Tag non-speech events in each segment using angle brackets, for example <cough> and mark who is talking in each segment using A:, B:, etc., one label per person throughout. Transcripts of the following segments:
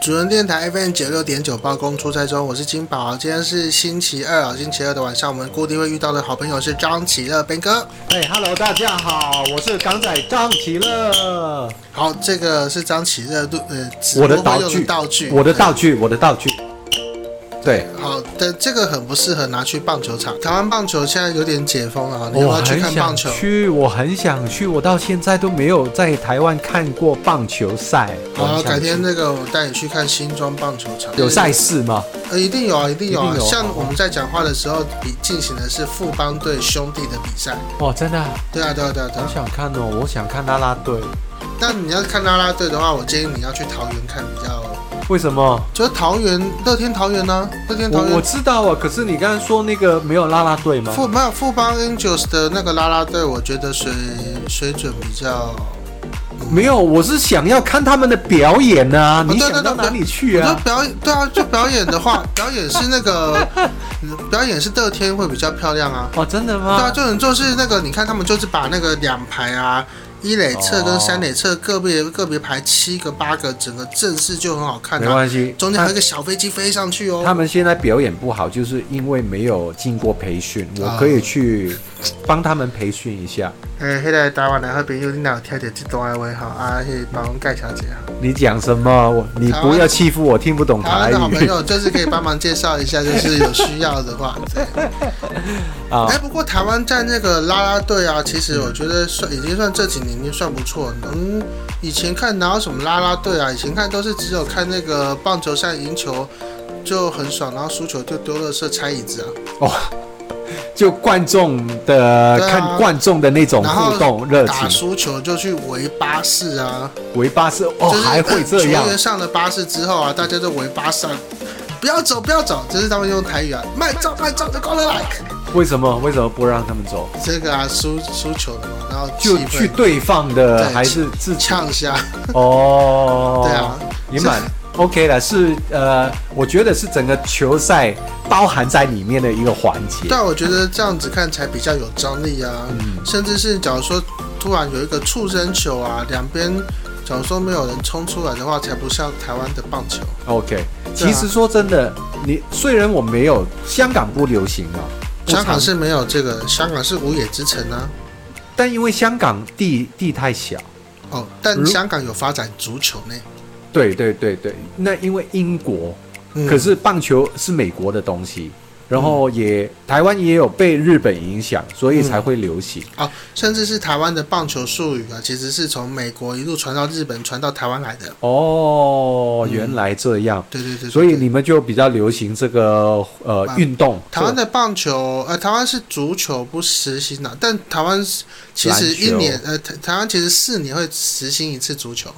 A: 主人电台 FM 九六点九，报公出差中，我是金宝。今天是星期二啊，星期二的晚上，我们固定会遇到的好朋友是张启乐边哥。
B: 哎、h e l l o 大家好，我是港仔张奇乐。
A: 好，这个是张启乐录呃直
B: 我
A: 播
B: 的
A: 会
B: 道
A: 用
B: 具，
A: 道具，
B: 我的道具，我的道具。对，
A: 好的，这个很不适合拿去棒球场。台湾棒球现在有点解封了啊，你要不要去
B: 很
A: 看棒
B: 想
A: 球？
B: 去，我很想去，我到现在都没有在台湾看过棒球赛。我
A: 好，
B: 很想
A: 啊改天
B: 去
A: 那个我带你去看新庄棒球场。
B: 有赛事吗？
A: 呃，一定有啊，一定有啊。
B: 一定有啊
A: 像我们在讲话的时候，比进行的是富邦对兄弟的比赛。
B: 哦，真的啊，
A: 对啊，对啊，对啊，对
B: 好
A: 啊。
B: 想看哦，我想看啦啦队。
A: 但你要看啦啦队的话，我建议你要去桃园看比较，
B: 为什么？
A: 就是桃园乐天桃园呢、乐天
B: 我
A: 桃
B: 我
A: 园。
B: 知道啊，可是你刚才说那个没有啦啦队吗？
A: 富没有富邦 Angels 的那个啦啦队，我觉得水水准比较。
B: 没有，我是想要看他们的表演啊。你
A: 哦对
B: 想到
A: 对对
B: 哪里去
A: 我
B: 啊
A: 说？表演，对啊，就表演的话， <laughs> 表演是那个，嗯表演是乐天会比较漂亮啊。
B: 哦，真的
A: 对啊，
B: 吗？
A: 这种就是那个，你看他们就是把那个两排啊，一垒侧跟
B: 哦
A: 三垒侧个别个别排七个八个，整个阵势就很好看
B: 没
A: 啊。
B: 关系，
A: 中间
B: 啊
A: 还有一个小飞机飞上去哦。
B: 他们现在表演不好，就是因为没有经过培训。
A: 啊
B: 我可以去帮他们培训一下。
A: 诶，迄个台湾的好朋友，你哪有听着这段的话哈？啊，去帮我们介绍一下。
B: 你讲什么？我你
A: 台湾
B: 不要欺负我，听不懂
A: 台
B: 台
A: 湾的好朋
B: 语
A: 友 <laughs> 就是可以帮忙介绍一下，就是有需要的话。 <laughs> 对。
B: 啊
A: 哎、！不过台湾在那个啦啦队啊，其实我觉得算已经算这几年已经算不错。嗯，以前看哪有什么啦啦队啊？以前看都是只有看那个棒球赛赢球就很爽，然后输球就丢垃圾、拆椅子啊。
B: 就观众的
A: 对啊
B: 看观众的那种
A: 然后
B: 互动热
A: 打
B: 情，
A: 输球就去围巴士啊，
B: 维巴是哦
A: 就是呃
B: 还会这样
A: 球员上了巴士之后啊，大家就围巴士、啊，不要走，不要走，这是他们用台语啊，卖照卖照就 go like
B: 为什么为什么不让他们走？
A: 这个啊，输输球了嘛，然后
B: 就
A: 气氛
B: 去对方的
A: 对
B: 还是自
A: <laughs>
B: 己
A: 呛一下，
B: 哦？
A: 对啊，
B: 也蛮 OK 的，是呃，我觉得是整个球赛包含在里面的一个环节。
A: 但我觉得这样子看才比较有张力啊，
B: 嗯
A: 甚至是假如说突然有一个触身球啊，两边假如说没有人冲出来的话，才不像台湾的棒球。
B: OK，其实说真的，你虽然我没有香港不流行啊，不常
A: 香港，是没有这个，香港是无野之城啊。
B: 但因为香港地地太小，
A: 哦，但
B: 如
A: 香港有发展足球呢。
B: 对对对对，那因为英国，
A: 嗯
B: 可是棒球是美国的东西，然后也、台湾也有被日本影响，所以才会流行。
A: 哦，甚至是台湾的棒球术语啊，其实是从美国一路传到日本，传到台湾来的。
B: 哦，
A: 嗯
B: 原来这样，
A: 对对对对
B: 所以
A: 对
B: 你们就比较流行这个呃
A: 棒
B: 运动。
A: 台湾
B: 的
A: 的棒球，呃，台湾是足球不实行的、但台湾是其实一年，呃，台台湾其实四年会实行一次足球，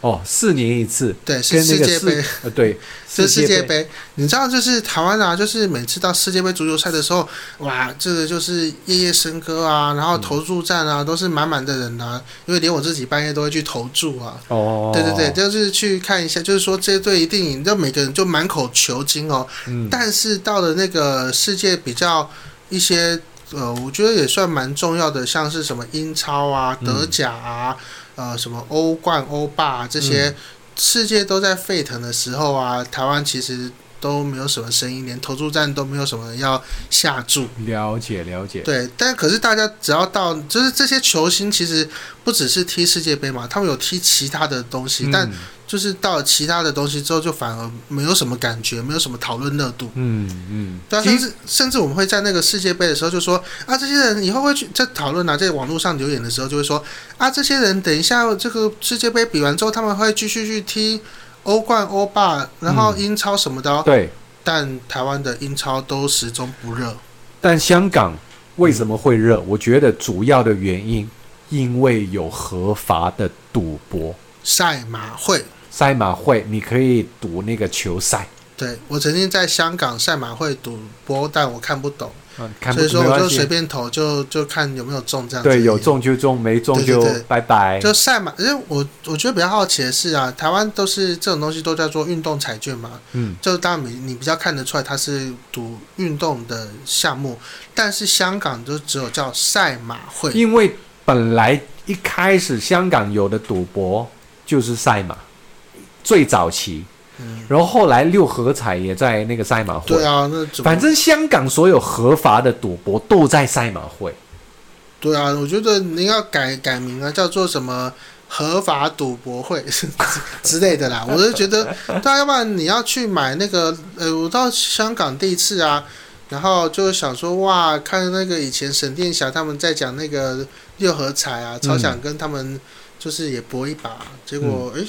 B: 哦，四年一次，
A: 对，是
B: 跟那
A: 世
B: 个
A: 界杯
B: 世，呃对，
A: 这世界杯，你知道就是台湾啊，就是每次到世界杯足球赛的时候，哇，这个就是夜夜笙歌啊，然后投注站啊，都是满满的人啊，因为连我自己半夜都会去投注啊。
B: 哦，
A: 对对对，，就是去看一下，就是说这队一定赢，就每个人就满口球精哦。
B: 嗯，
A: 但是到了那个世界比较一些呃，我觉得也算蛮重要的，像是什么英超啊、
B: 嗯
A: 德甲啊、呃什么欧冠、欧霸、啊、这
B: 嗯
A: 些，世界都在沸腾的时候啊，台湾其实都没有什么声音，连投注站都没有什么人要下注。
B: 了解了解。
A: 对，但可是大家只要到，就是这些球星其实不只是踢世界杯嘛，他们有踢其他的东西，但
B: 嗯
A: 就是到了其他的东西之后，就反而没有什么感觉，没有什么讨论热度。
B: 嗯
A: 对、
B: 嗯，
A: 啊，甚至甚至我们会在那个世界杯的时候就说啊，这些人以后会去在讨论啊，在网络上留言的时候就会说啊，这些人等一下这个世界杯比完之后，他们会继续去踢欧冠、欧霸，然后
B: 嗯
A: 英超什么的、哦
B: 对，
A: 但台湾的英超都始终不热，
B: 但香港为什么会
A: 嗯
B: 热？我觉得主要的原因，因为有合法的赌博，
A: 赛马会。
B: 赛马会你可以赌那个球赛，
A: 对我曾经在香港赛马会赌博，但我看不懂，
B: 嗯，看不
A: 啊所以说
B: 没
A: 我
B: 关
A: 就
B: 系
A: 随便投，就就看有没有中这样子。
B: 对，有。中就中，没中
A: 对对
B: 就
A: 对
B: 拜拜。
A: 就赛马，因为我我觉得比较好奇的是啊，台湾都是这种东西都叫做运动彩券嘛，
B: 嗯，
A: 就当然你你比较看得出来它是赌运动的项目，但是香港就只有叫赛马会，
B: 因为本来一开始香港有的赌博就是赛马，最早期，
A: 嗯
B: 然后后来六合彩也在那个赛马会
A: 对，啊，那怎么
B: 反正香港所有合法的赌博都在赛马会。
A: 对啊，我觉得您要改改名啊，叫做什么合法赌博会 <laughs> 之之类
B: <laughs>
A: 的啦。我就觉得，对啊，要不然你要去买那个，呃，我到香港第一次啊，然后就想说，哇，看那个以前沈殿霞他们在讲那个六合彩
B: 嗯
A: 啊，超想跟他们就是也搏一把，结果
B: 嗯
A: 诶，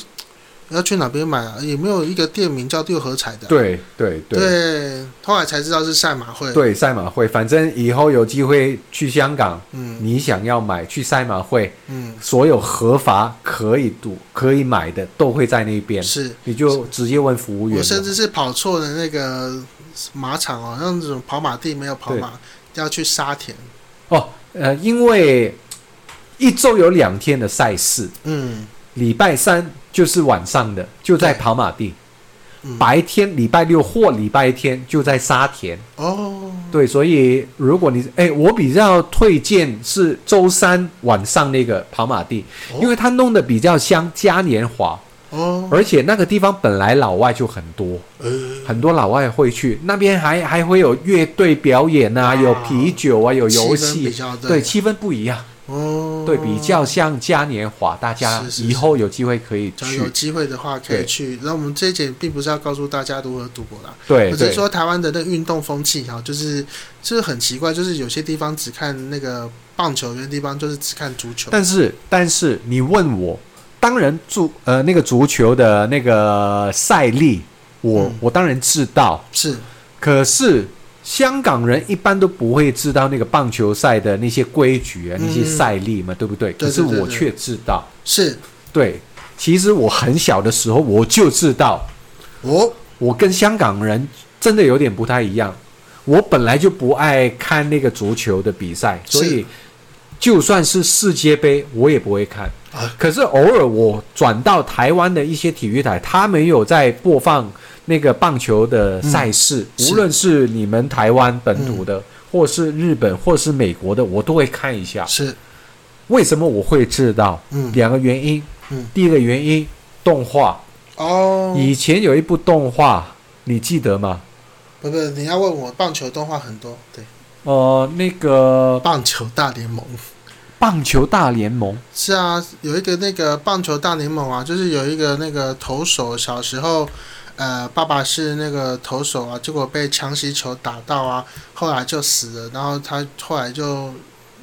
A: 要去哪边买啊？也没有一个店名叫六合彩的啊、
B: 对对对
A: 对，后来才知道是赛马会。，
B: 对，赛马会，反正以后有机会去香港，
A: 嗯
B: 你想要买去赛马会，
A: 嗯，
B: 所有合法可以赌、可以买的都会在那边，
A: 是。
B: 你就直接问服务员
A: 我
B: 了。
A: 甚至是跑错了那个马场哦，像这种跑马地没有跑马，要去沙田。
B: 哦，呃，因为一周有两天的赛事，
A: 嗯，
B: 礼拜三就是晚上的，就在
A: 对
B: 跑马地。
A: 嗯
B: 白天礼拜六或礼拜天就在沙田，
A: 哦，
B: 对，所以如果你哎，我比较推荐是周三晚上那个跑马地，
A: 哦
B: 因为它弄得比较像嘉年华，
A: 哦，
B: 而且那个地方本来老外就很多，
A: 呃，
B: 很多老外会去那边还，还会有乐队表演啊，
A: 啊
B: 有啤酒啊，有游
A: 气氛比
B: 戏，
A: 较
B: 对，气氛不一样，
A: 哦，
B: 对，比较像嘉年华，大家
A: 是是
B: 以后有机会可以
A: 只要有
B: 去，
A: 机会的话可以
B: 对
A: 去。那我们这一节并不是要告诉大家如何赌博啦，
B: 对
A: 我只是
B: 对
A: 说台湾的那个运动风气哈，就是就是很奇怪，就是有些地方只看那个棒球，有些地方就是只看足球。
B: 但是但是你问我，当然足呃那个足球的那个赛例，我、
A: 嗯
B: 我当然知道，
A: 是
B: 可是香港人一般都不会知道那个棒球赛的那些规矩啊，
A: 嗯
B: 那些赛例嘛，对不对？
A: 对
B: 可是
A: 对对
B: 我
A: 对
B: 却知道，
A: 是，
B: 对，其实我很小的时候我就知道，
A: 哦，
B: 我跟香港人真的有点不太一样。我本来就不爱看那个足球的比赛，
A: 是
B: 所以就算是世界杯我也不会看
A: 啊。
B: 可是偶尔我转到台湾的一些体育台，他们有在播放那个棒球的赛事，
A: 嗯是嗯
B: 无论是你们台湾本土的，或是日本，或是美国的，我都会看一下。
A: 是，
B: 为什么我会知道？
A: 嗯，
B: 两个原因。
A: 嗯
B: 第一个原因，动画。
A: 哦，
B: 以前有一部动画，你记得吗？
A: 不不，你要问我棒球动画很多，对，
B: 呃，那个
A: 棒球大联盟
B: 棒球大联盟，
A: 是啊，有一个那个棒球大联盟啊，就是有一个那个投手，小时候，呃，爸爸是那个投手啊，结果被强袭球打到啊，后来就死了，然后他后来就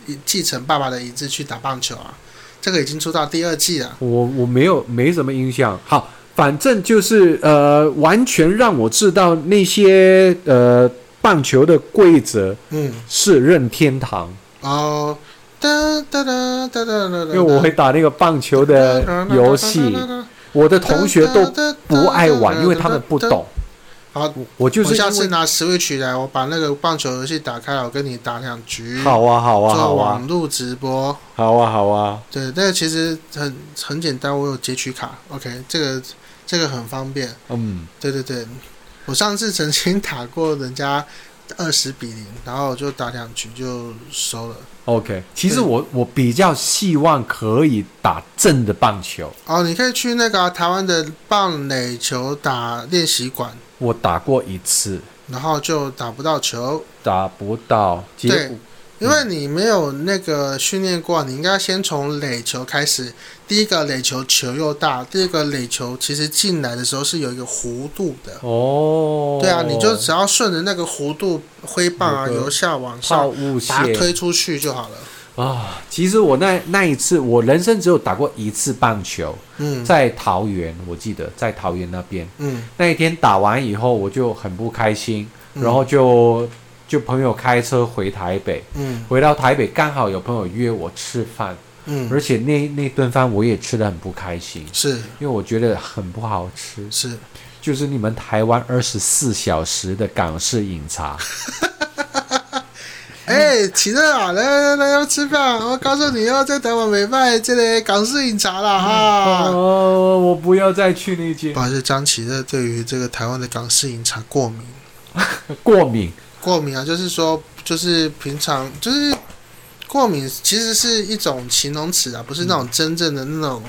A: 一继承爸爸的遗志去打棒球啊，这个已经出到第二季了，
B: 我我没有没什么印象。好，反正就是呃，完全让我知道那些呃棒球的规则
A: 嗯，
B: 是任天堂，
A: 哦，哒哒哒哒哒哒，
B: 因为我会打那个棒球的游戏，我的同学都不爱玩，因为他们不懂。
A: 好，
B: 我就
A: 我
B: 是
A: 下次
B: 因为
A: 拿 Switch 来，我把那个棒球游戏打开了，我跟你打两局，
B: 好啊，好啊，
A: 做
B: 好啊
A: 网，络直播。
B: 好啊，好啊。
A: 对，那个其实很很简单，我有截取卡，OK，这个这个很方便。
B: 嗯，
A: 对对对，我上次曾经打过人家二十比零，然后我就打两局就收了。
B: OK，其实
A: 对
B: 我我比较希望可以打正的棒球。
A: 哦，你可以去那个啊、台湾的棒垒球打练习馆，
B: 我打过一次，
A: 然后就打不到球，
B: 打不到，结
A: 对
B: 果
A: 因为你没有那个训练过，你应该先从垒球开始。第一个垒球球又大，第二个垒球其实进来的时候是有一个弧度的。
B: 哦，
A: 对啊，你就只要顺着那个弧度挥棒啊，
B: 那个
A: 由下往
B: 抛
A: 上
B: 物
A: 把它
B: 线
A: 推出去就好了。
B: 啊！其实我那那一次，我人生只有打过一次棒球，
A: 嗯
B: 在桃园，我记得在桃园那边
A: 嗯
B: 那一天打完以后，我就很不开心，
A: 嗯
B: 然后就就朋友开车回台北，
A: 嗯
B: 回到台北刚好有朋友约我吃饭，
A: 嗯，
B: 而且那那顿饭我也吃的很不开心，
A: 是
B: 因为我觉得很不好吃。
A: 是，
B: 就是你们台湾二十四小时的港式饮茶，
A: 哎，起来啊，来来来，要吃饭。我告诉你哦，在台湾美拜这里港式饮茶啦哈。
B: 哦，我不要再去那间
A: 不，好意思，张启乐对于这个台湾的港式饮茶过敏。
B: 过敏。
A: 过敏啊，就是说，就是平常就是过敏，其实是一种形容词啊，不是那种真正的那种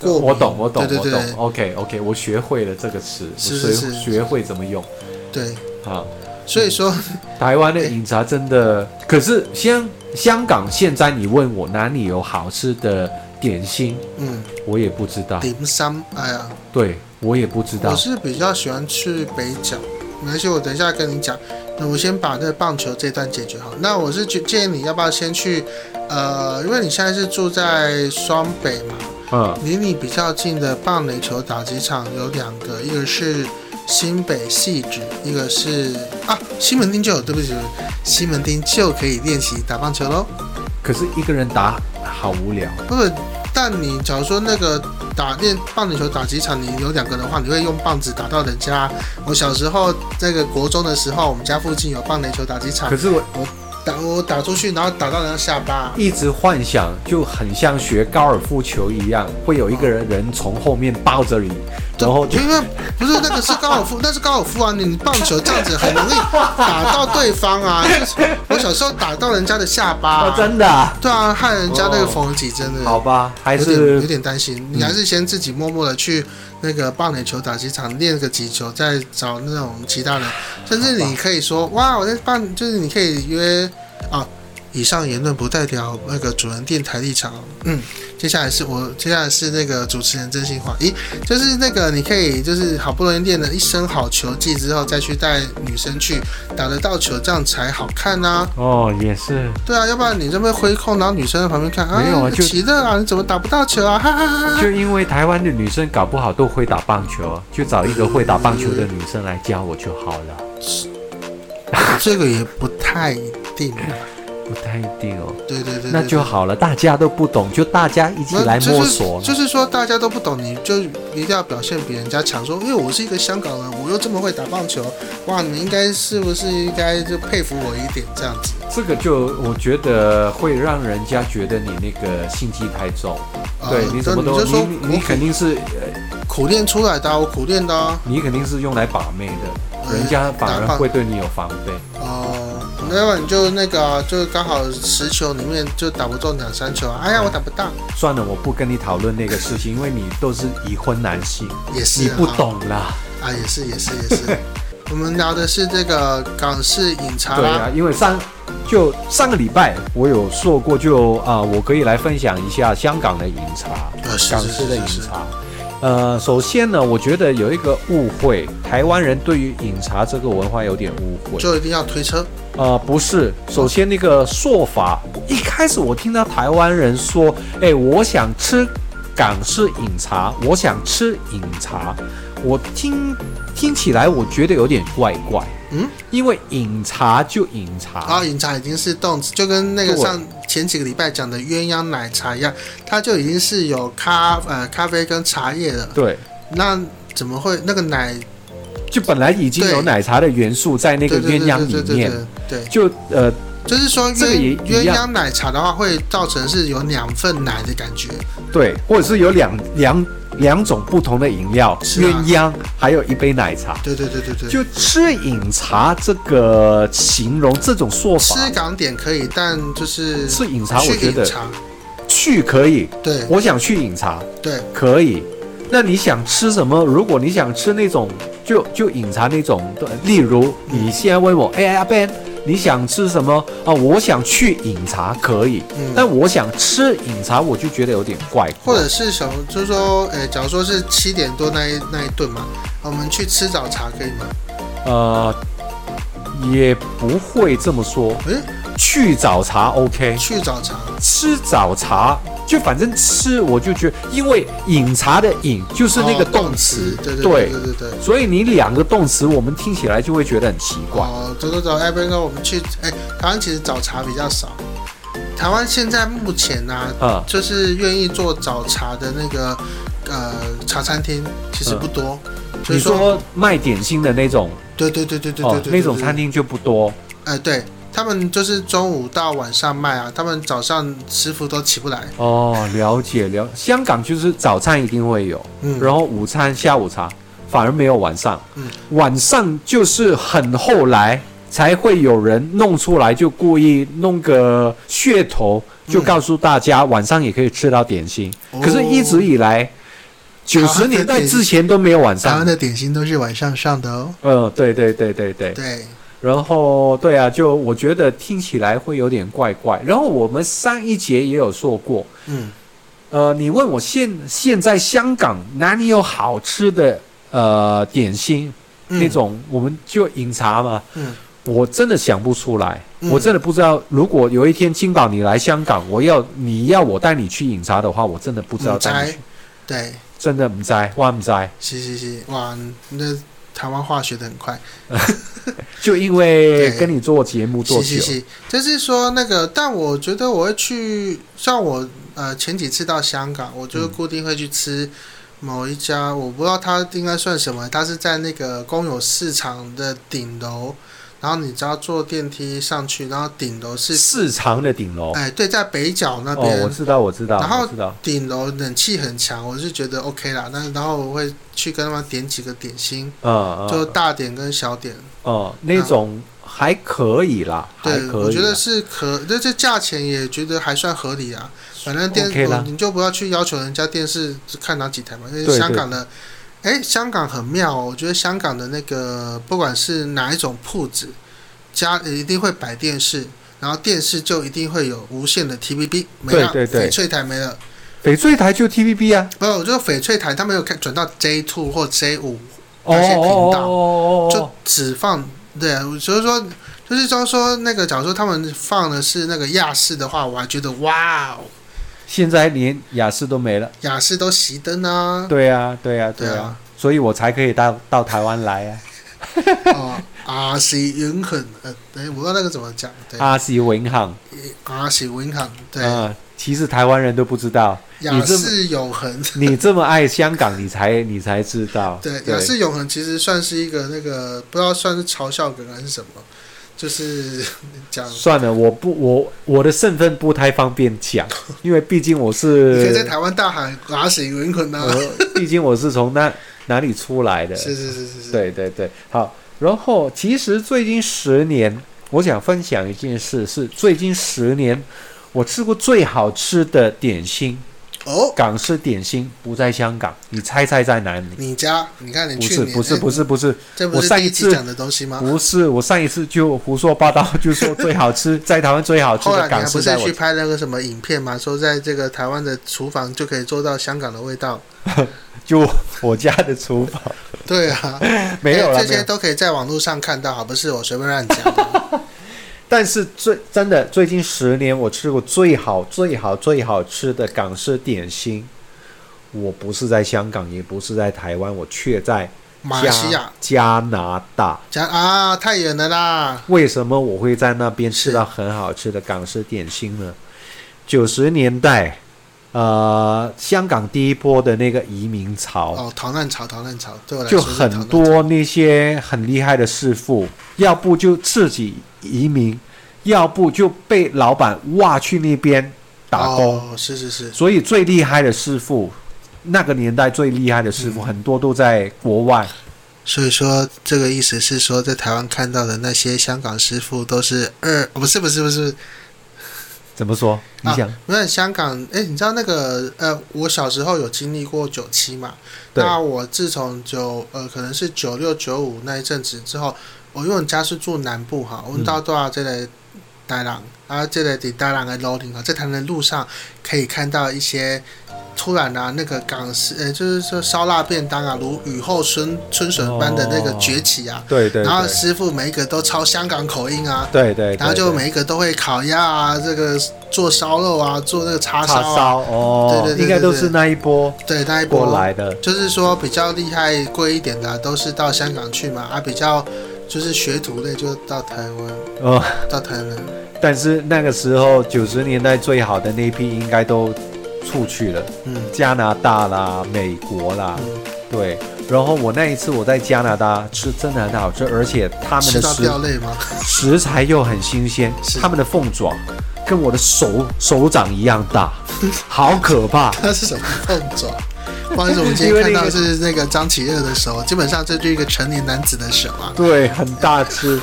A: 过敏
B: 嗯我懂，我懂，
A: 对对
B: 我
A: 对
B: 懂。OK OK，我学会了这个词，我
A: 是
B: 学
A: 是是
B: 学会怎么用
A: 对，
B: 啊。
A: 所以说
B: 台湾
A: 哎
B: 的饮茶真的，可是香香港现在你问我哪里有好吃的点心，
A: 嗯，
B: 我也不知道，
A: 顶三，哎呀，
B: 啊对啊我也不知道
A: 我。是比较喜欢去北角，没关系，我等一下跟你讲。那我先把那个棒球这段解决好。那我是觉建议你要不要先去，呃，因为你现在是住在双北嘛，
B: 嗯
A: 离你比较近的棒垒球打击场有两个，一个是新北细致，一个是啊西门町就有，对不起，对不起西门町就可以练习打棒球喽。
B: 可是一个人打好无聊。
A: 不是，但你假如说那个打练棒垒球打击场，你有两个的话，你会用棒子打到人家。我小时候那个国中的时候，我们家附近有棒垒球打击场
B: 可，是我
A: 打我打出去，然后打到人家下巴。
B: 一直幻想就很像学高尔夫球一样，会有一个人人从后面抱着你，然后就
A: 因为不是那个是高尔夫，那 <laughs> 是高尔夫啊！你你棒球这样子很容易打到对方啊。就是我小时候打到人家的下巴、
B: 啊，
A: 啊，
B: 真的啊、
A: 对啊，害人家那个缝了几针的。
B: 好吧，还
A: 嗯有点有
B: 是
A: 点担心，你还是先自己默默的去那个棒垒球打击场练个几球，再找那种其他人，甚至你可以说哇，我在棒，就是你可以约啊。以上言论不代表那个主人电台立场哦。嗯，接下来是我，接下来是那个主持人真心话。咦，就是那个你可以，就是好不容易练了一身好球技之后，再去带女生去打得到球，这样才好看啊呐、
B: 哦，也是
A: 对啊，要不然你这边挥空，然后女生在旁边看，啊，
B: 没有啊就
A: 奇乐啊，你怎么打不到球啊？哈哈哈哈！
B: 就因为台湾的女生搞不好都会打棒球，就找一个会打棒球的女生来教我就好了。 <laughs>
A: 这个也不太一定啊。
B: 不太一定哦，
A: 对对对对
B: 那就好了，大家都不懂，就大家一起
A: 那
B: 来
A: 就是
B: 摸索。
A: 就是说大家都不懂，你就一定要表现比人家强，说因为我是一个香港人，我又这么会打棒球，哇，你们应该是不是应该就佩服我一点这样子？
B: 这个就我觉得会让人家觉得你那个心机太重，
A: 啊
B: 对你什么
A: 那你
B: 都
A: 就说
B: 你你
A: 我
B: 肯定是呃
A: 苦练出来的啊、我苦练的啊。
B: 你肯定是用来把妹的，
A: 呃
B: 人家反
A: 打
B: 而
A: 棒
B: 会对你有防备。
A: 哦、那要不然你就那个啊、就刚好十球里面就打不中两三球啊！哎呀，我打不到，
B: 算了，我不跟你讨论那个事情，因为你都是已婚男性，
A: 也是、啊、
B: 你不懂啦。
A: 啊，也是也是也
B: <laughs>
A: 是。我们聊的是这个港式饮茶
B: 对
A: 啦，
B: 啊，因为上就上个礼拜我有说过就，啊，我可以来分享一下香港的饮茶，
A: 呃是
B: 港
A: 是
B: 式的饮
A: 是是
B: 茶。呃，首先呢，我觉得有一个误会，台湾人对于饮茶这个文化有点误会。
A: 就一定要推车。
B: 呃，不是，首先那个说法，一开始我听到台湾人说，哎，我想吃港式饮茶，我想吃饮茶，我听听起来我觉得有点怪怪，
A: 嗯，啊
B: 因为饮茶就饮茶
A: 然后饮茶已经是动词，就跟那个
B: 啊对
A: 上前几个礼拜讲的鸳鸯奶茶一样，它就已经是有咖呃咖啡跟茶叶了。
B: 对，
A: 那怎么会那个奶
B: 就本来已经有
A: 对
B: 奶茶的元素在那
A: 对
B: 个
A: 对对
B: 鸳鸯
A: 对对
B: 里
A: 对
B: 面，
A: 对对，
B: 就呃，
A: 就是说
B: 这个也
A: 鸳鸳
B: 一样
A: 鸯奶茶的话，会造成是有两份奶的感觉。
B: 对，或者是有两两两种不同的饮料，
A: 是啊
B: 鸳鸯还有一杯奶茶。
A: 对对对对对，
B: 就吃饮茶这个形容这种说法，
A: 吃港点可以，但就是
B: 吃饮茶，我
A: 去
B: 觉
A: 饮
B: 得
A: 茶，
B: 去可以，
A: 对
B: 我想去饮茶
A: 对，
B: 可以。那你想吃什么？如果你想吃那种就就饮茶那种，对例如你现在问我，哎、阿 Ben，你想吃什么啊？我想去饮茶可以，
A: 嗯。
B: 但我想吃饮茶，我就觉得有点怪怪。
A: 或者是什么，就是说，诶、假如说是七点多那一那一顿嘛，我们去吃早茶可以吗？
B: 呃，也不会这么说。
A: 诶、
B: 去早茶 OK，
A: 去早茶，
B: 吃早茶就反正吃，我就觉得，因为饮茶的饮就是那个
A: 哦
B: 动词，
A: 对对
B: 对
A: 对对对对。
B: 所以你两个动词，我们听起来就会觉得很奇怪。
A: 哦，走走走，哎，不然我们去，哎、台湾其实早茶比较少，台湾现在目前呢、啊，
B: 啊、
A: 就是愿意做早茶的那个呃茶餐厅其实不多，就
B: 嗯你
A: 是说，
B: 说卖点心的那种，哦
A: 对对对对对对对，
B: 那种餐
A: 厅，
B: 厅就不多。
A: 哎、对。他们就是中午到晚上卖啊，他们早上师傅都起不来。
B: 哦，了解了。香港就是早餐一定会有，
A: 嗯，
B: 然后午餐、下午茶，反而没有晚上。
A: 嗯
B: 晚上就是很后来才会有人弄出来，就故意弄个噱头，
A: 嗯
B: 就
A: 哦
B: 告诉大家晚上也可以吃到点心。可是，一直以来，九十年代之前都没有晚
A: 台
B: 上
A: 湾。的点心都是晚上上的哦。
B: 嗯，对对对对对。
A: 对，
B: 然后对啊，就我觉得听起来会有点怪怪。然后我们上一节也有说过，
A: 嗯，
B: 呃，你问我现现在香港哪里有好吃的呃点心、
A: 嗯
B: 那，种，我们就饮茶嘛。
A: 嗯，
B: 我真的想不出来，
A: 嗯
B: 我真的不知道。如果有一天金宝你来香港，我要你要我带你去饮茶的话，我真的不知道
A: 母
B: 带你
A: 斋
B: 去，，
A: 嗯对，
B: 真的唔在，我唔在。
A: 是是是，哇，你的台湾话学的很快。
B: 就因为
A: 对
B: 跟你做节目做
A: 是
B: 久
A: 是，是，就是说那个，但我觉得我会去，像我呃前几次到香港，我
B: 嗯
A: 就固定会去吃某一家，我不知道它应该算什么，它是在那个公有市场的顶楼，然后你只要坐电梯上去，然后顶楼是，
B: 市场的顶楼。
A: 哎、对，在北角那
B: 哦，
A: 边。
B: 我知道，我知道，
A: 然后
B: 我知道。
A: 顶楼冷气很强，我是觉得 OK 啦。那然后我会去跟他们点几个点心，
B: 嗯，
A: 就大点跟小点。
B: 哦，那种还可以啦，还
A: 对，
B: 可以啊啦。
A: 我觉得是可，那这价钱也觉得还算合理啊。反正电
B: OK 啦
A: 你就不要去要求人家电视只看哪几台嘛，因
B: 对
A: 为
B: 对
A: 香港的，哎，香港很妙哦。我觉得香港的那个不管是哪一种铺子，家里一定会摆电视，然后电视就一定会有无线的 TVB，没了，
B: 对对对
A: 翡翠台没了。
B: 翡翠台就 TVB 啊，
A: 不，我就翡翠台他们有看转到 J two 或 J 五，
B: 哦
A: 那些频
B: 哦
A: 道
B: 哦
A: 就
B: 哦
A: 只放对啊，所以说就是说说那个，假如说他们放的是那个亚视的话，我还觉得哇哦，
B: 现在连雅思都没了。
A: 亚视都熄灯啊，
B: 对啊，对啊，对
A: 对
B: 啊
A: 啊，
B: 所以我才可以到到台湾来啊。
A: 哦，R C 永恒，呃，对，我不知道那个怎么讲，对
B: 阿西文行
A: ，R C 永恒，对，
B: 啊，其实台湾人都不
A: <laughs>
B: 知道，你
A: 亚
B: 这么
A: 视永恒，
B: 你这么爱香港，你才你才知道。
A: 对，亚视永恒其实算是一个那个不知道算是嘲笑梗还是什么，就是讲。
B: 算了，我不，我我的身份不太方便
A: <laughs>
B: 讲，因为毕竟我
A: 你可以在
B: 是，
A: 台湾大喊“阿谁永恒”啊！
B: 我毕竟我是从那哪里出来的，
A: 是是是是是，
B: 哦对对对，好。然后其实最近十年，我想分享一件事，是最近十年我吃过最好吃的点心，
A: 哦，
B: 港式点心不在香港，你猜猜在哪里？
A: 你家，你看你啊
B: 不
A: 去
B: 是
A: 年
B: 不是
A: 哎
B: 不是不是
A: 这
B: 我
A: 不是
B: 上
A: 第
B: 一
A: 一
B: 次
A: 期讲的东西吗？
B: 不是，我上一次就胡说八道，就说最好吃 <laughs> 在台湾最好吃
A: 后来
B: 的
A: 你还
B: 港
A: 不
B: 式
A: 是
B: 在
A: <laughs>
B: 我
A: 去拍那个什么影片嘛？说在这个台湾的厨房就可以做到香港的味道。
B: 就我家的厨房
A: 对啊，
B: 没有
A: 哎
B: 了
A: 这
B: 没有
A: 些。都可以在网络上看到，好不是我随便乱讲的。
B: 但是最真的最近十年，我吃过最好最好最好吃的港式点心，我不是在香港，也不是在台湾，我却在
A: 马来西
B: 加
A: 亚
B: 加拿大。
A: 讲啊，太远了啦。
B: 为什么我会在那边吃
A: 是
B: 到很好吃的港式点心呢？九十年代，呃，香港第一波的那个移民潮，
A: 哦，逃难潮，逃难潮，对我来
B: 就
A: 说是逃
B: 很
A: 难潮。
B: 多那些很厉害的师傅，要不就自己移民，要不就被老板挖去那边打工。
A: 哦，是是是，
B: 所以最厉害的师傅，那个年代最厉害的师傅，
A: 嗯
B: 很多都在国外。
A: 所以说这个意思是说，在台湾看到的那些香港师傅都是二，不是不是不是，
B: 怎么说？你想？
A: 没有香港，哎、你知道那个呃，我小时候有经历过九七嘛？
B: 对
A: 那我自从九呃，可能是九六九五那一阵子之后，我因为我家是住南部哈，我到多少这类大浪，然啊后这类伫大浪的楼顶啊，在他们的路上可以看到一些突然啊，那个港式呃，就是说烧腊便当啊，如雨后春春笋般的那个
B: 哦
A: 崛起啊，
B: 对对对
A: 然后师傅每一个都抄香港口音啊，
B: 对对对，
A: 然后就
B: 对
A: 每一个都会烤鸭啊，这个做烧肉啊，做那个叉烧
B: 叉
A: 啊，
B: 烧哦，
A: 对对对对啊
B: 应该都是那一波
A: 对那一波
B: 过来的。
A: 就是说比较厉害、贵一点的啊、都是到香港去嘛，啊，比较就是学徒类就到台湾、
B: 呃，
A: 到台南。
B: 但是那个时候九十年代最好的那批应该都出去了。
A: 嗯
B: 加拿大啦、美国啦，对。然后我那一次我在加拿大吃，真的很好吃，而且他们
A: 吃
B: 的
A: 到
B: 食
A: 掉泪吗？
B: 食材又很新鲜，
A: 是
B: 他们的凤爪跟我的手手掌一样
A: <laughs>
B: 大，好可怕！
A: 那是什么凤爪？不好意思，我们今
B: 因为
A: 天
B: 那
A: 看
B: 个
A: 到是那个张启乐的手，基本上这就是一个成年男子的手啊。
B: 对，很大只。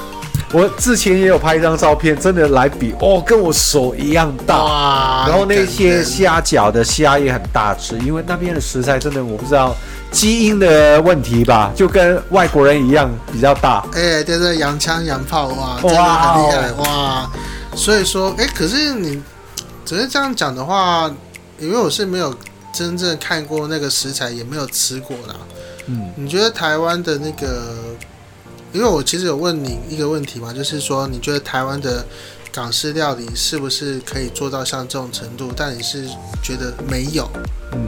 B: 我之前也有拍一张照片，真的来比哦，跟我手一样大。
A: 哇！
B: 然后那些
A: 感人
B: 虾饺的虾也很大只，因为那边的食材真的我不知道基因的问题吧，就跟外国人一样比较大。
A: 哎，对对，洋枪洋炮，哇，真的很厉
B: 哦
A: 害，哇！所以说，哎，可是你只是这样讲的话，因为我是没有真正看过那个食材，也没有吃过啦。
B: 嗯，
A: 你觉得台湾的那个？因为我其实有问你一个问题嘛，就是说你觉得台湾的港式料理是不是可以做到像这种程度？但你是觉得没有，
B: 嗯。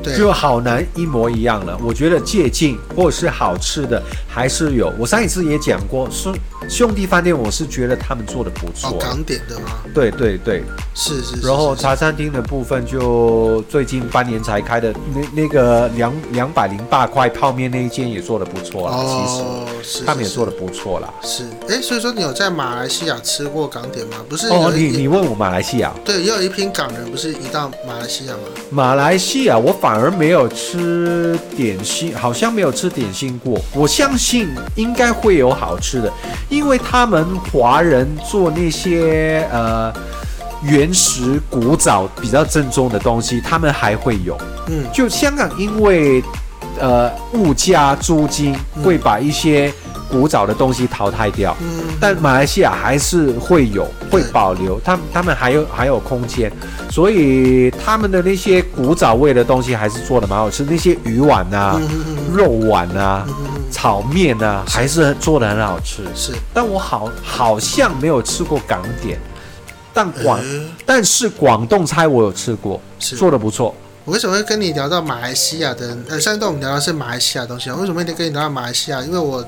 A: 对，哦
B: 就好难一模一样了。我觉得借鉴或者是好吃的还是有。我上一次也讲过，兄兄弟饭店，我是觉得他们做的不
A: 哦
B: 错。
A: 港点的嘛，
B: 对对对，
A: 是是是。
B: 然后
A: 是
B: 茶餐厅的部分就最近半年才开的，那那个两两百零八块泡面那一间也做的不错了，其
A: 哦，是
B: 实他们也
A: 是
B: 做的不错啦。
A: 是，哎，所以说你有在马来西亚吃过港点吗？不是
B: 哦，
A: 有
B: 你
A: 一
B: 你问我马来西亚，
A: 对，也有一批港人不是移到马来西亚吗？
B: 马来西亚我反而没有吃点心，好像没有吃点心过。我相信应该会有好吃的，因为他们华人做那些呃原始古早比较正宗的东西，他们还会有。
A: 嗯，
B: 就香港因为呃物价租金
A: 嗯
B: 会把一些古早的东西淘汰掉。
A: 嗯，
B: 但马来西亚还是会有会保留，他们他们还有还有空间，所以他们的那些古早味的东西还是做的蛮好吃，那些鱼丸啊、
A: 嗯嗯嗯嗯
B: 肉丸啊、
A: 嗯嗯嗯
B: 炒面啊，还是做的很好吃。
A: 是，
B: 但我好好像没有吃过港点，但广、
A: 诶
B: 但是广东菜我有吃过，
A: 嗯是
B: 做的不错。
A: 我为什么会跟你聊到马来西亚的？呃，上一段我们聊到是马来西亚的东西，为什么会跟你聊到马来西亚？因为我，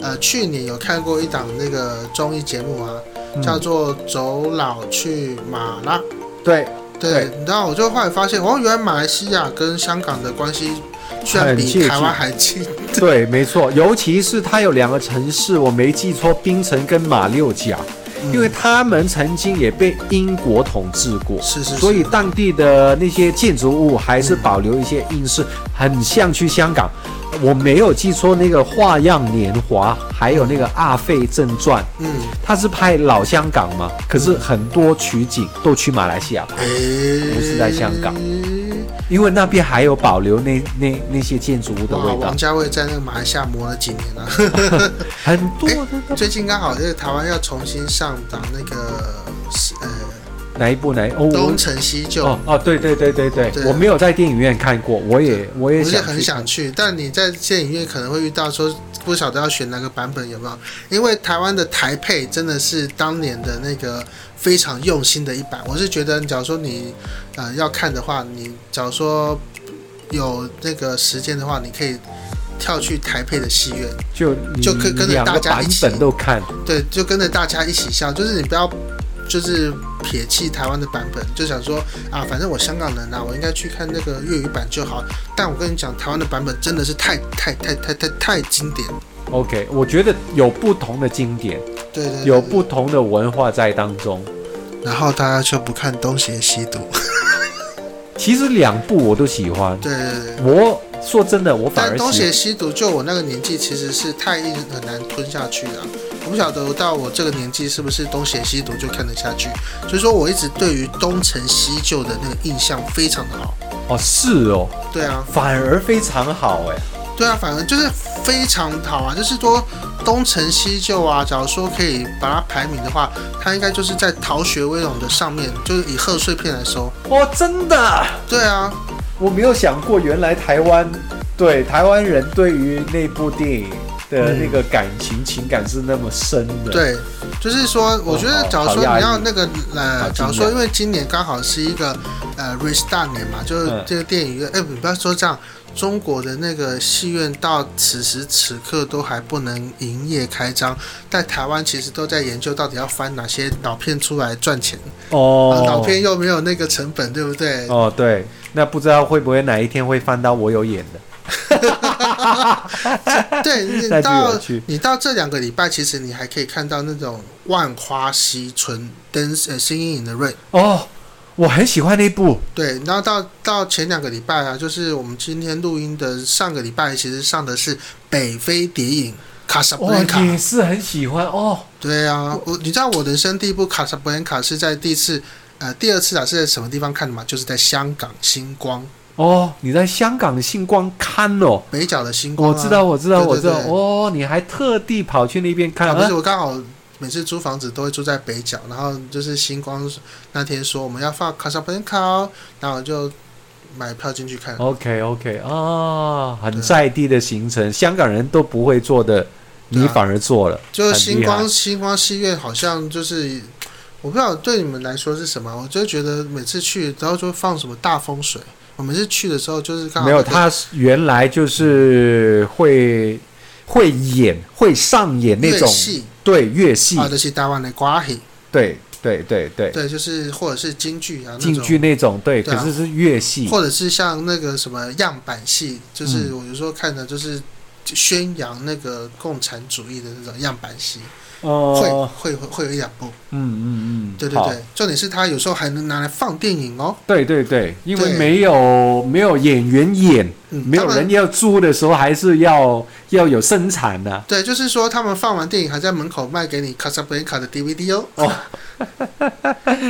A: 呃，去年有看过一档那个综艺节目啊，叫
B: 嗯、
A: 做《走佬去马拉》。
B: 对，
A: 对，然后我就后来发现，哦，原来马来西亚跟香港的关系居然
B: 很接
A: 比
B: 近
A: 台湾还近。
B: 对，没错，尤其是它有两个城市，我没记错，槟城跟马六甲，因为他们曾经也被英国统治过，
A: 是是是，
B: 所以当地的那些建筑物还是保留一些英式，很像去香港。我没有记错，那个《花样年华》还有那个《阿飞正传》，
A: 嗯，
B: 它是拍老香港嘛，可是很多取景都去马来西亚
A: 哎
B: 拍，
A: 诶，
B: 不是在香港因为那边还有保留那那那些建筑物的
A: 哇，
B: 味道
A: 王，家卫在那个马来西亚磨了几年了、
B: <laughs> 很多的那
A: 最近刚好那个台湾要重新上档那个是呃
B: 哪一部哪一哦
A: 《
B: 我
A: 东成西就》
B: 哦哦，对对对对对，
A: 对
B: 我没有在电影院看过，我也我也
A: 我是
B: 想
A: 很
B: 去
A: 想
B: 看
A: 去，但你在电影院可能会遇到说不晓得要选哪个版本有没有？因为台湾的台配真的是当年的那个非常用心的一版。我是觉得，假如说你呃要看的话，你假如说有那个时间的话，你可以跳去台配的戏院，
B: 就
A: 就跟跟着
B: 两
A: 大
B: 个
A: 家
B: 版
A: 一起
B: 本都看，
A: 对，就跟着大家一起笑，就是你不要就是撇弃台湾的版本，就想说啊，反正我香港人啊，我应该去看那个粤语版就好。但我跟你讲，台湾的版本真的是太太太太太太经典，
B: OK，我觉得有不同的经典，
A: 对对对
B: 有不同的文化在当中。
A: 然后大家就不看东邪西毒，
B: 其实两部我都喜欢，
A: 对对对。
B: 我说真的，我反
A: 但
B: 而
A: 东
B: 喜
A: 邪西毒，就我那个年纪，其实是太硬很难吞下去的啊、我不晓得到我这个年纪是不是东邪西毒就看得下去，所以说我一直对于东成西就的那个印象非常的好。
B: 哦是哦，
A: 对啊，
B: 反而非常好哎。
A: 对啊，反正就是非常好啊，就是说东成西就啊。假如说可以把它排名的话，它应该就是在《逃学威龙》的上面，就是以贺岁片来收。
B: 哦，真的，
A: 对啊，
B: 我没有想过，原来台湾对台湾人对于那部电影的
A: 嗯
B: 那个感情、情感是那么深的。，
A: 对，就是说，我觉得
B: 好
A: 假如说
B: 好压抑
A: 你要那个
B: 哦好
A: 呃，
B: 惊讶
A: 假如说因为今年刚好是一个呃 restart 年嘛，就是
B: 嗯
A: 这个电影院，哎、你不要说这样。中国的那个戏院到此时此刻都还不能营业开张，但台湾其实都在研究到底要翻哪些老片出来赚钱。
B: 哦
A: 啊，，老片又没有那个成本，对不对？
B: 哦，对，那不知道会不会哪一天会翻到我有演的？ <laughs>
A: 对你
B: 那就有
A: 到
B: 趣
A: 你到这两个礼拜，其实你还可以看到那种万花西春灯呃新阴影的瑞。
B: 哦，我很喜欢那部。
A: 对，然后到到前两个礼拜啊，就是我们今天录音的上个礼拜，其实上的是北非谍影。卡萨布
B: 哦
A: 兰卡，
B: 也是很喜欢哦。
A: 对啊，我你知道我人生第一部卡萨布兰卡是在第一次呃第二次啊是在什么地方看的吗？就是在香港星光
B: 哦，你在香港星光看哦，
A: 北角的星光、
B: 我
A: 啊，
B: 知道，我知道，
A: 对对
B: 我知道。
A: 对
B: 哦，你还特地跑去那边看
A: 啊，不是，
B: 啊
A: 我刚好每次租房子都会住在北角，然后就是星光那天说我们要放卡萨布兰卡哦，然后我就买票进去看。
B: ？OK OK 啊，很
A: 对啊
B: 在地的行程，香港人都不会做的，你
A: 对啊
B: 反而做了。
A: 就是
B: 很厉
A: 星光
B: 害
A: 星光戏院好像就是，我不知道对你们来说是什么，我就觉得每次去然后就放什么大风水。我们是去的时候就是刚好
B: 没有，
A: 那个
B: 他原来就是会会演，会上演那
A: 乐
B: 种
A: 戏
B: 对乐器，
A: 啊，就是台湾的瓜戏，
B: 对对对对，
A: 对，就是或者是京剧啊那
B: 京
A: 种，
B: 剧那种，对，
A: 对
B: 可
A: 啊
B: 是是乐器。
A: 或者是像那个什么样板戏，就是
B: 嗯
A: 我有时候看的就是宣扬那个共产主义的那种样板戏，会
B: 哦，
A: 会会会有一两部，
B: 嗯嗯嗯，
A: 对对
B: 好
A: 对，重点是他有时候还能拿来放电影哦，
B: 对对对，因为
A: 对
B: 没有没有演员演，
A: 嗯，
B: 没有
A: 他们
B: 人要租的时候，还是要要有生产啊的、
A: 对，就是说他们放完电影还在门口卖给你卡萨布兰卡的 DVD 哦，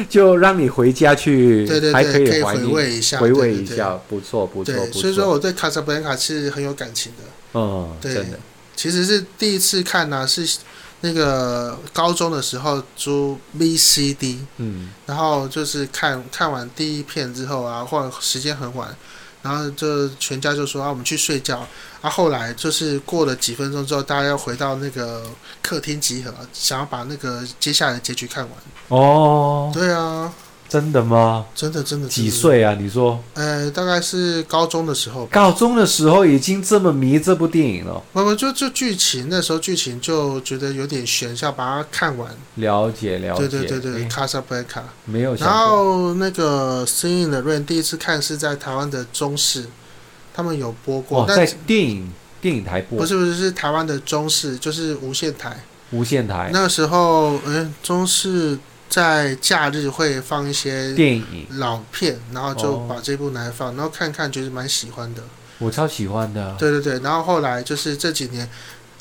B: 就让你回家去，
A: 嗯对对
B: 还
A: 对，可
B: 以
A: 以
B: 怀
A: 回
B: 念。
A: 味一下，
B: 回
A: 对
B: 味
A: 对
B: 一
A: 对
B: 下，不错不错
A: 对，
B: 不
A: 所以说
B: 错，
A: 我对卡萨布兰卡是很有感情的。
B: 嗯，
A: 对
B: 真的，
A: 其实是第一次看呢、是那个高中的时候租 VCD，
B: 嗯，
A: 然后就是看看完第一片之后啊，或者时间很晚，然后就全家就说啊，我们去睡觉。啊，后来就是过了几分钟之后，大家要回到那个客厅集合，想要把那个接下来的结局看完。
B: 哦，
A: 对啊，
B: 真的吗？
A: 真的真的。
B: 几
A: 真的？
B: 岁啊？你说
A: 呃，大概是高中的时候吧。
B: 高中的时候已经这么迷这部电影了？
A: 我们就就剧情那时候剧情就觉得有点悬，要把它看完。
B: 了解了解，
A: 对对对对，
B: 哎
A: 卡萨布兰卡。
B: 没有想
A: 然
B: 过，
A: 后那个《星影的瑞》第一次看是在台湾的中视，他们有播过，
B: 哦，在
A: 但
B: 电影电影台播
A: 不，是不是是台湾的中视，就是无线台。
B: 无线台
A: 那时候，嗯，中视在假日会放一些
B: 电影，
A: 老片，然后就
B: 哦
A: 把这部拿来放，然后看看觉得蛮喜欢的。
B: 我超喜欢的，
A: 对对对，然后后来就是这几年。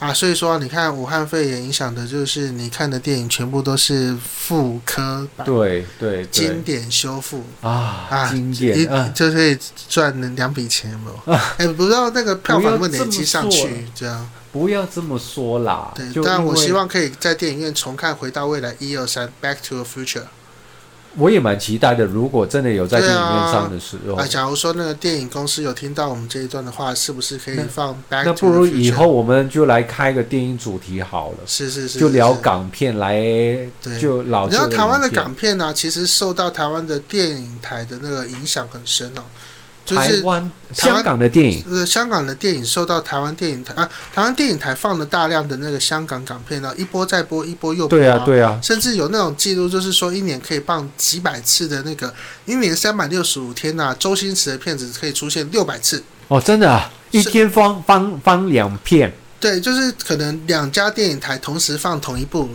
A: 啊，所以说你看武汉肺炎影响的就是你看的电影全部都是复刻版、
B: 对对
A: 经
B: 对
A: 典修复，
B: 啊，
A: 啊
B: 经
A: 一
B: 典啊，
A: 就可以赚了两笔钱嘛。哎、不知道那个票房会累积上
B: 不要这么
A: 去，这样
B: 不要这么说啦，
A: 对。
B: 就
A: 但
B: 因
A: 我
B: 为
A: 希望可以在电影院重看《回到未来》一二三，《Back to the Future》
B: 我也蛮期待的，如果真的有在
A: 对
B: 电
A: 啊
B: 影院上的时候，
A: 啊。假如说那个电影公司有听到我们这一段的话，是不是可以
B: 那
A: 放《Back to the Future》？
B: 那不如以后我们就来开个电影主题好了，
A: 是是是，
B: 就聊
A: 是是
B: 港片来，
A: 对
B: 就老
A: 你知
B: 旧
A: 道台湾的
B: 影片
A: 港片呢、其实受到台湾的电影台的那个影响很深哦，就
B: 台
A: 是。
B: 湾、
A: 台湾
B: 香港的电影，
A: 呃，香港的电影受到台湾电影台啊，台湾电影台放了大量的那个香港港片呢，一波再播，一波又播、
B: 对啊，对啊，
A: 甚至有那种记录，就是说一年可以放几百次的那个，一年三百六十五天呐、周星驰的片子可以出现六百次。
B: 哦，真的、啊，
A: 是
B: 一天放放放两片，
A: 对，就是可能两家电影台同时放同一部，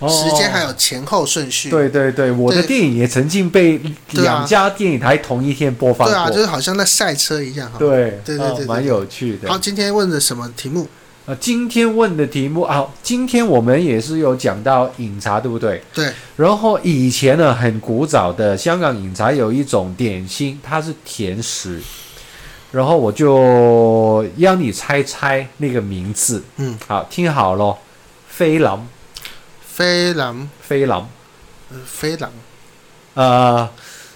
B: 哦、
A: 时间还有。前后顺序。
B: 对对对，我的
A: 对
B: 电影也曾经被
A: 对啊
B: 两家电影台同一天播放
A: 对
B: 过，
A: 啊，就是好像在赛车一样哈。。
B: 对
A: 对对
B: 哦
A: 对对
B: 蛮
A: 对
B: 有趣的。
A: 好，今天问的什么题目？
B: 啊，今天问的题目啊，今天我们也是有讲到饮茶，对不对？
A: 对。
B: 然后以前呢，很古早的香港饮茶有一种点心，它是甜食。然后我就让你猜猜那个名字，
A: 嗯，
B: 好，听好咯，菲林，
A: 飞狼，
B: 菲林，
A: 呃飞狼，
B: 呃，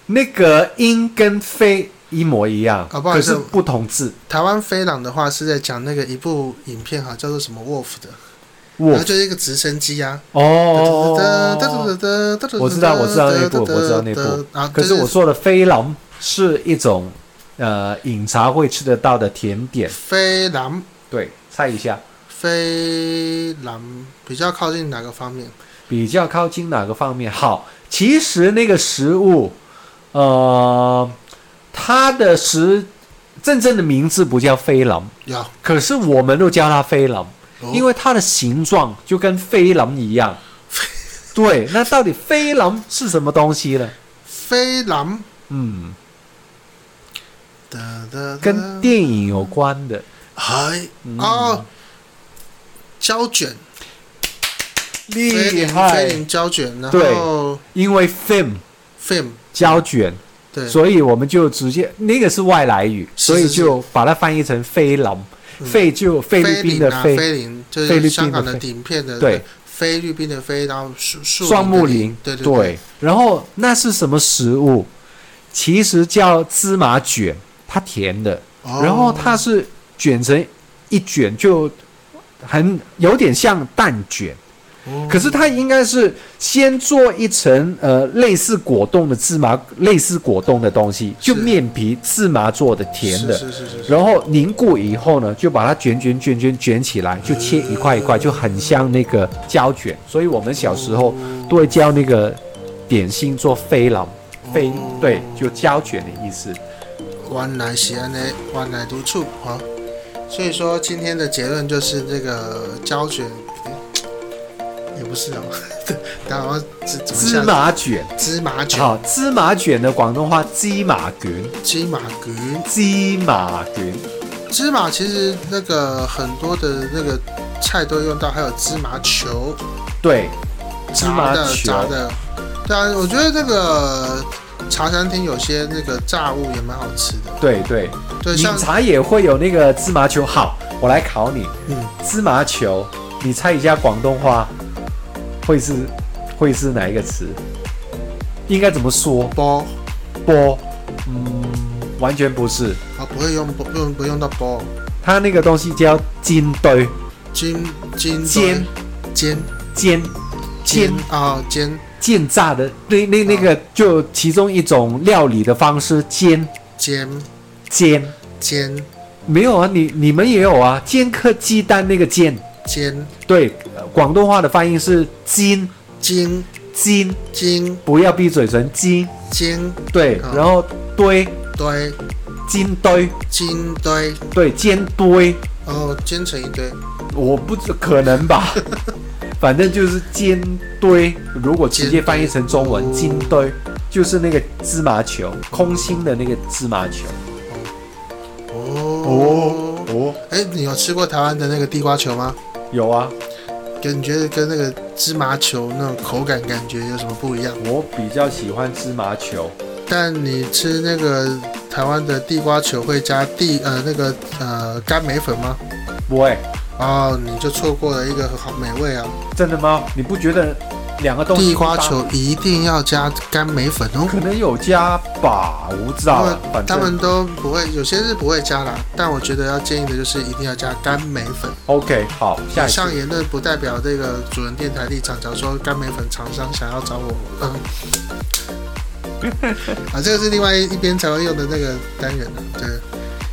B: 那个音跟飞一模一样，
A: 啊不好
B: 可
A: 意思
B: 是不同字。
A: 台湾飞狼的话是在讲那个一部影片哈，叫做什么 Wolf 的，
B: 我
A: 然后就是一个直升机啊。
B: 哦，我知道我知道那部我知道那部
A: 啊，
B: 可
A: 就是
B: 我说的菲林是一种呃饮茶会吃得到的甜点，
A: 飞狼，
B: 对，猜一下，
A: 飞狼比较靠近哪个方面？
B: 比较靠近哪个方面？好，其实那个食物，呃，它的食真正的名字不叫菲林，
A: 有，
B: 可是我们都叫它菲林，因
A: 为
B: 为它的形状就跟菲林
A: <laughs>
B: 一样。对，那到底菲林是什么东西呢？
A: 飞狼
B: 嗯，
A: 的的呃
B: 跟电影有关的。
A: 还
B: 嗯
A: 哦，胶卷，菲
B: 厉
A: 林菲
B: 害，
A: 林胶卷，然
B: 对
A: 后
B: 哎因为 film
A: film
B: 胶卷，
A: 对
B: 所以我们就直接那个是外来语，
A: 是
B: 所以
A: 是是
B: 就把它翻译成菲林，菲就菲律
A: 菲
B: 宾
A: 林
B: 的
A: 啊
B: 菲，
A: 菲林就
B: 菲律
A: 是香
B: 宾
A: 港
B: 的
A: 的
B: 菲
A: 顶片的
B: 对
A: 菲律宾的菲，然后树树
B: 双
A: 林的
B: 木
A: 林
B: 林，，
A: 对对对，
B: 对。然后那是什么食物？其实叫芝麻卷，它甜的，
A: 哦
B: 然后它是卷成一卷，就很有点像蛋卷。
A: 哦
B: 可是它应该是先做一层呃类似果冻的芝麻，类似果冻的东西，
A: 是
B: 就面皮芝麻做的甜的，
A: 是是是是是，
B: 然后凝固以后呢，就把它卷卷卷卷卷起来，就切一块一块，就很像那个胶卷。所以我们小时候都会教那个点心做飞狼，飞
A: 哦
B: 对，就胶卷的意思。
A: 原来是安尼，原来独处啊。所以说今天的结论就是这个胶卷，也不是哦， <laughs> 然后怎怎么
B: 芝
A: 下
B: 麻卷，
A: 芝麻卷、
B: 好，芝麻卷的广东话芝麻卷，
A: 芝麻卷、
B: 芝麻卷，
A: 芝麻，其实那个很多的那个菜都用到，还有芝麻球、
B: 对，芝
A: 炸
B: 麻
A: 的、
B: 球
A: 炸的。对啊，我觉得这个茶餐厅有些那个炸物也蛮好吃的。
B: 对对，
A: 对，
B: 饮
A: 像
B: 茶也会有那个芝麻球。好，我来考你，
A: 嗯，
B: 芝麻球，你猜一下广东话会是会是哪一个词？应该怎么说？
A: 包，
B: 波，嗯，完全不是，
A: 啊不会用不用不用到包，
B: 它那个东西叫煎堆，
A: 煎煎
B: 煎
A: 煎
B: 煎煎
A: 啊煎
B: 煎炸的，那那那个就其中一种料理的方式，煎
A: 煎
B: 煎。
A: 煎
B: 没有啊，你你们也有啊，煎颗鸡蛋那个煎，
A: 煎
B: 对，呃广东话的发音是煎
A: 煎
B: 煎，
A: 煎
B: 不要闭嘴唇煎，
A: 煎
B: 对，
A: 好
B: 然后堆
A: 堆
B: 煎堆，
A: 煎堆，
B: 对，煎堆，
A: 然后煎成一堆
B: 我不知可
A: <laughs>
B: 能吧，反正就是煎堆。如果直接翻译成中文，
A: 煎
B: 煎堆就是那个芝麻球，空心的那个芝麻球。
A: 哦。
B: 哦，
A: 哎，你有吃过台湾的那个地瓜球吗？
B: 有啊，
A: 跟你觉得跟那个芝麻球那种口感感觉有什么不一样？
B: 我比较喜欢芝麻球，
A: 但你吃那个台湾的地瓜球会加地呃那个呃干梅粉吗？
B: 不会，
A: 哦，你就错过了一个好美味啊！
B: 真的吗？你不觉得两个东西
A: 地瓜
B: 搭
A: 球一定要加干梅粉哦。
B: 可能有加吧，我不知道啊，反
A: 他
B: 正
A: 们都不会，有些是不会加啦。但我觉得要建议的就是一定要加干梅粉。
B: OK 好，下
A: 以
B: 一
A: 上
B: 次
A: 言论不代表这个主人电台立场。假如说干梅粉厂商想要找我，嗯，
B: <laughs>
A: 啊，这个是另外一边才会用的那个单元了、对。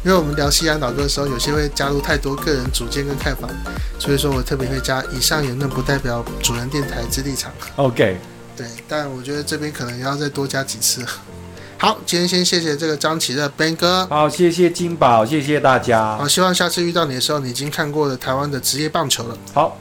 A: 因为我们聊西安老歌的时候，有些会加入太多个人主见跟看法，所以说我特别会加以上言论不代表主人电台之立场。
B: OK
A: 对，但我觉得这边可能要再多加几次。 <laughs> 好，今天先谢谢这个张琪的 Ben 哥。
B: 好，谢谢金宝，谢谢大家，
A: 好，希望下次遇到你的时候，你已经看过了台湾的职业棒球了。
B: 好，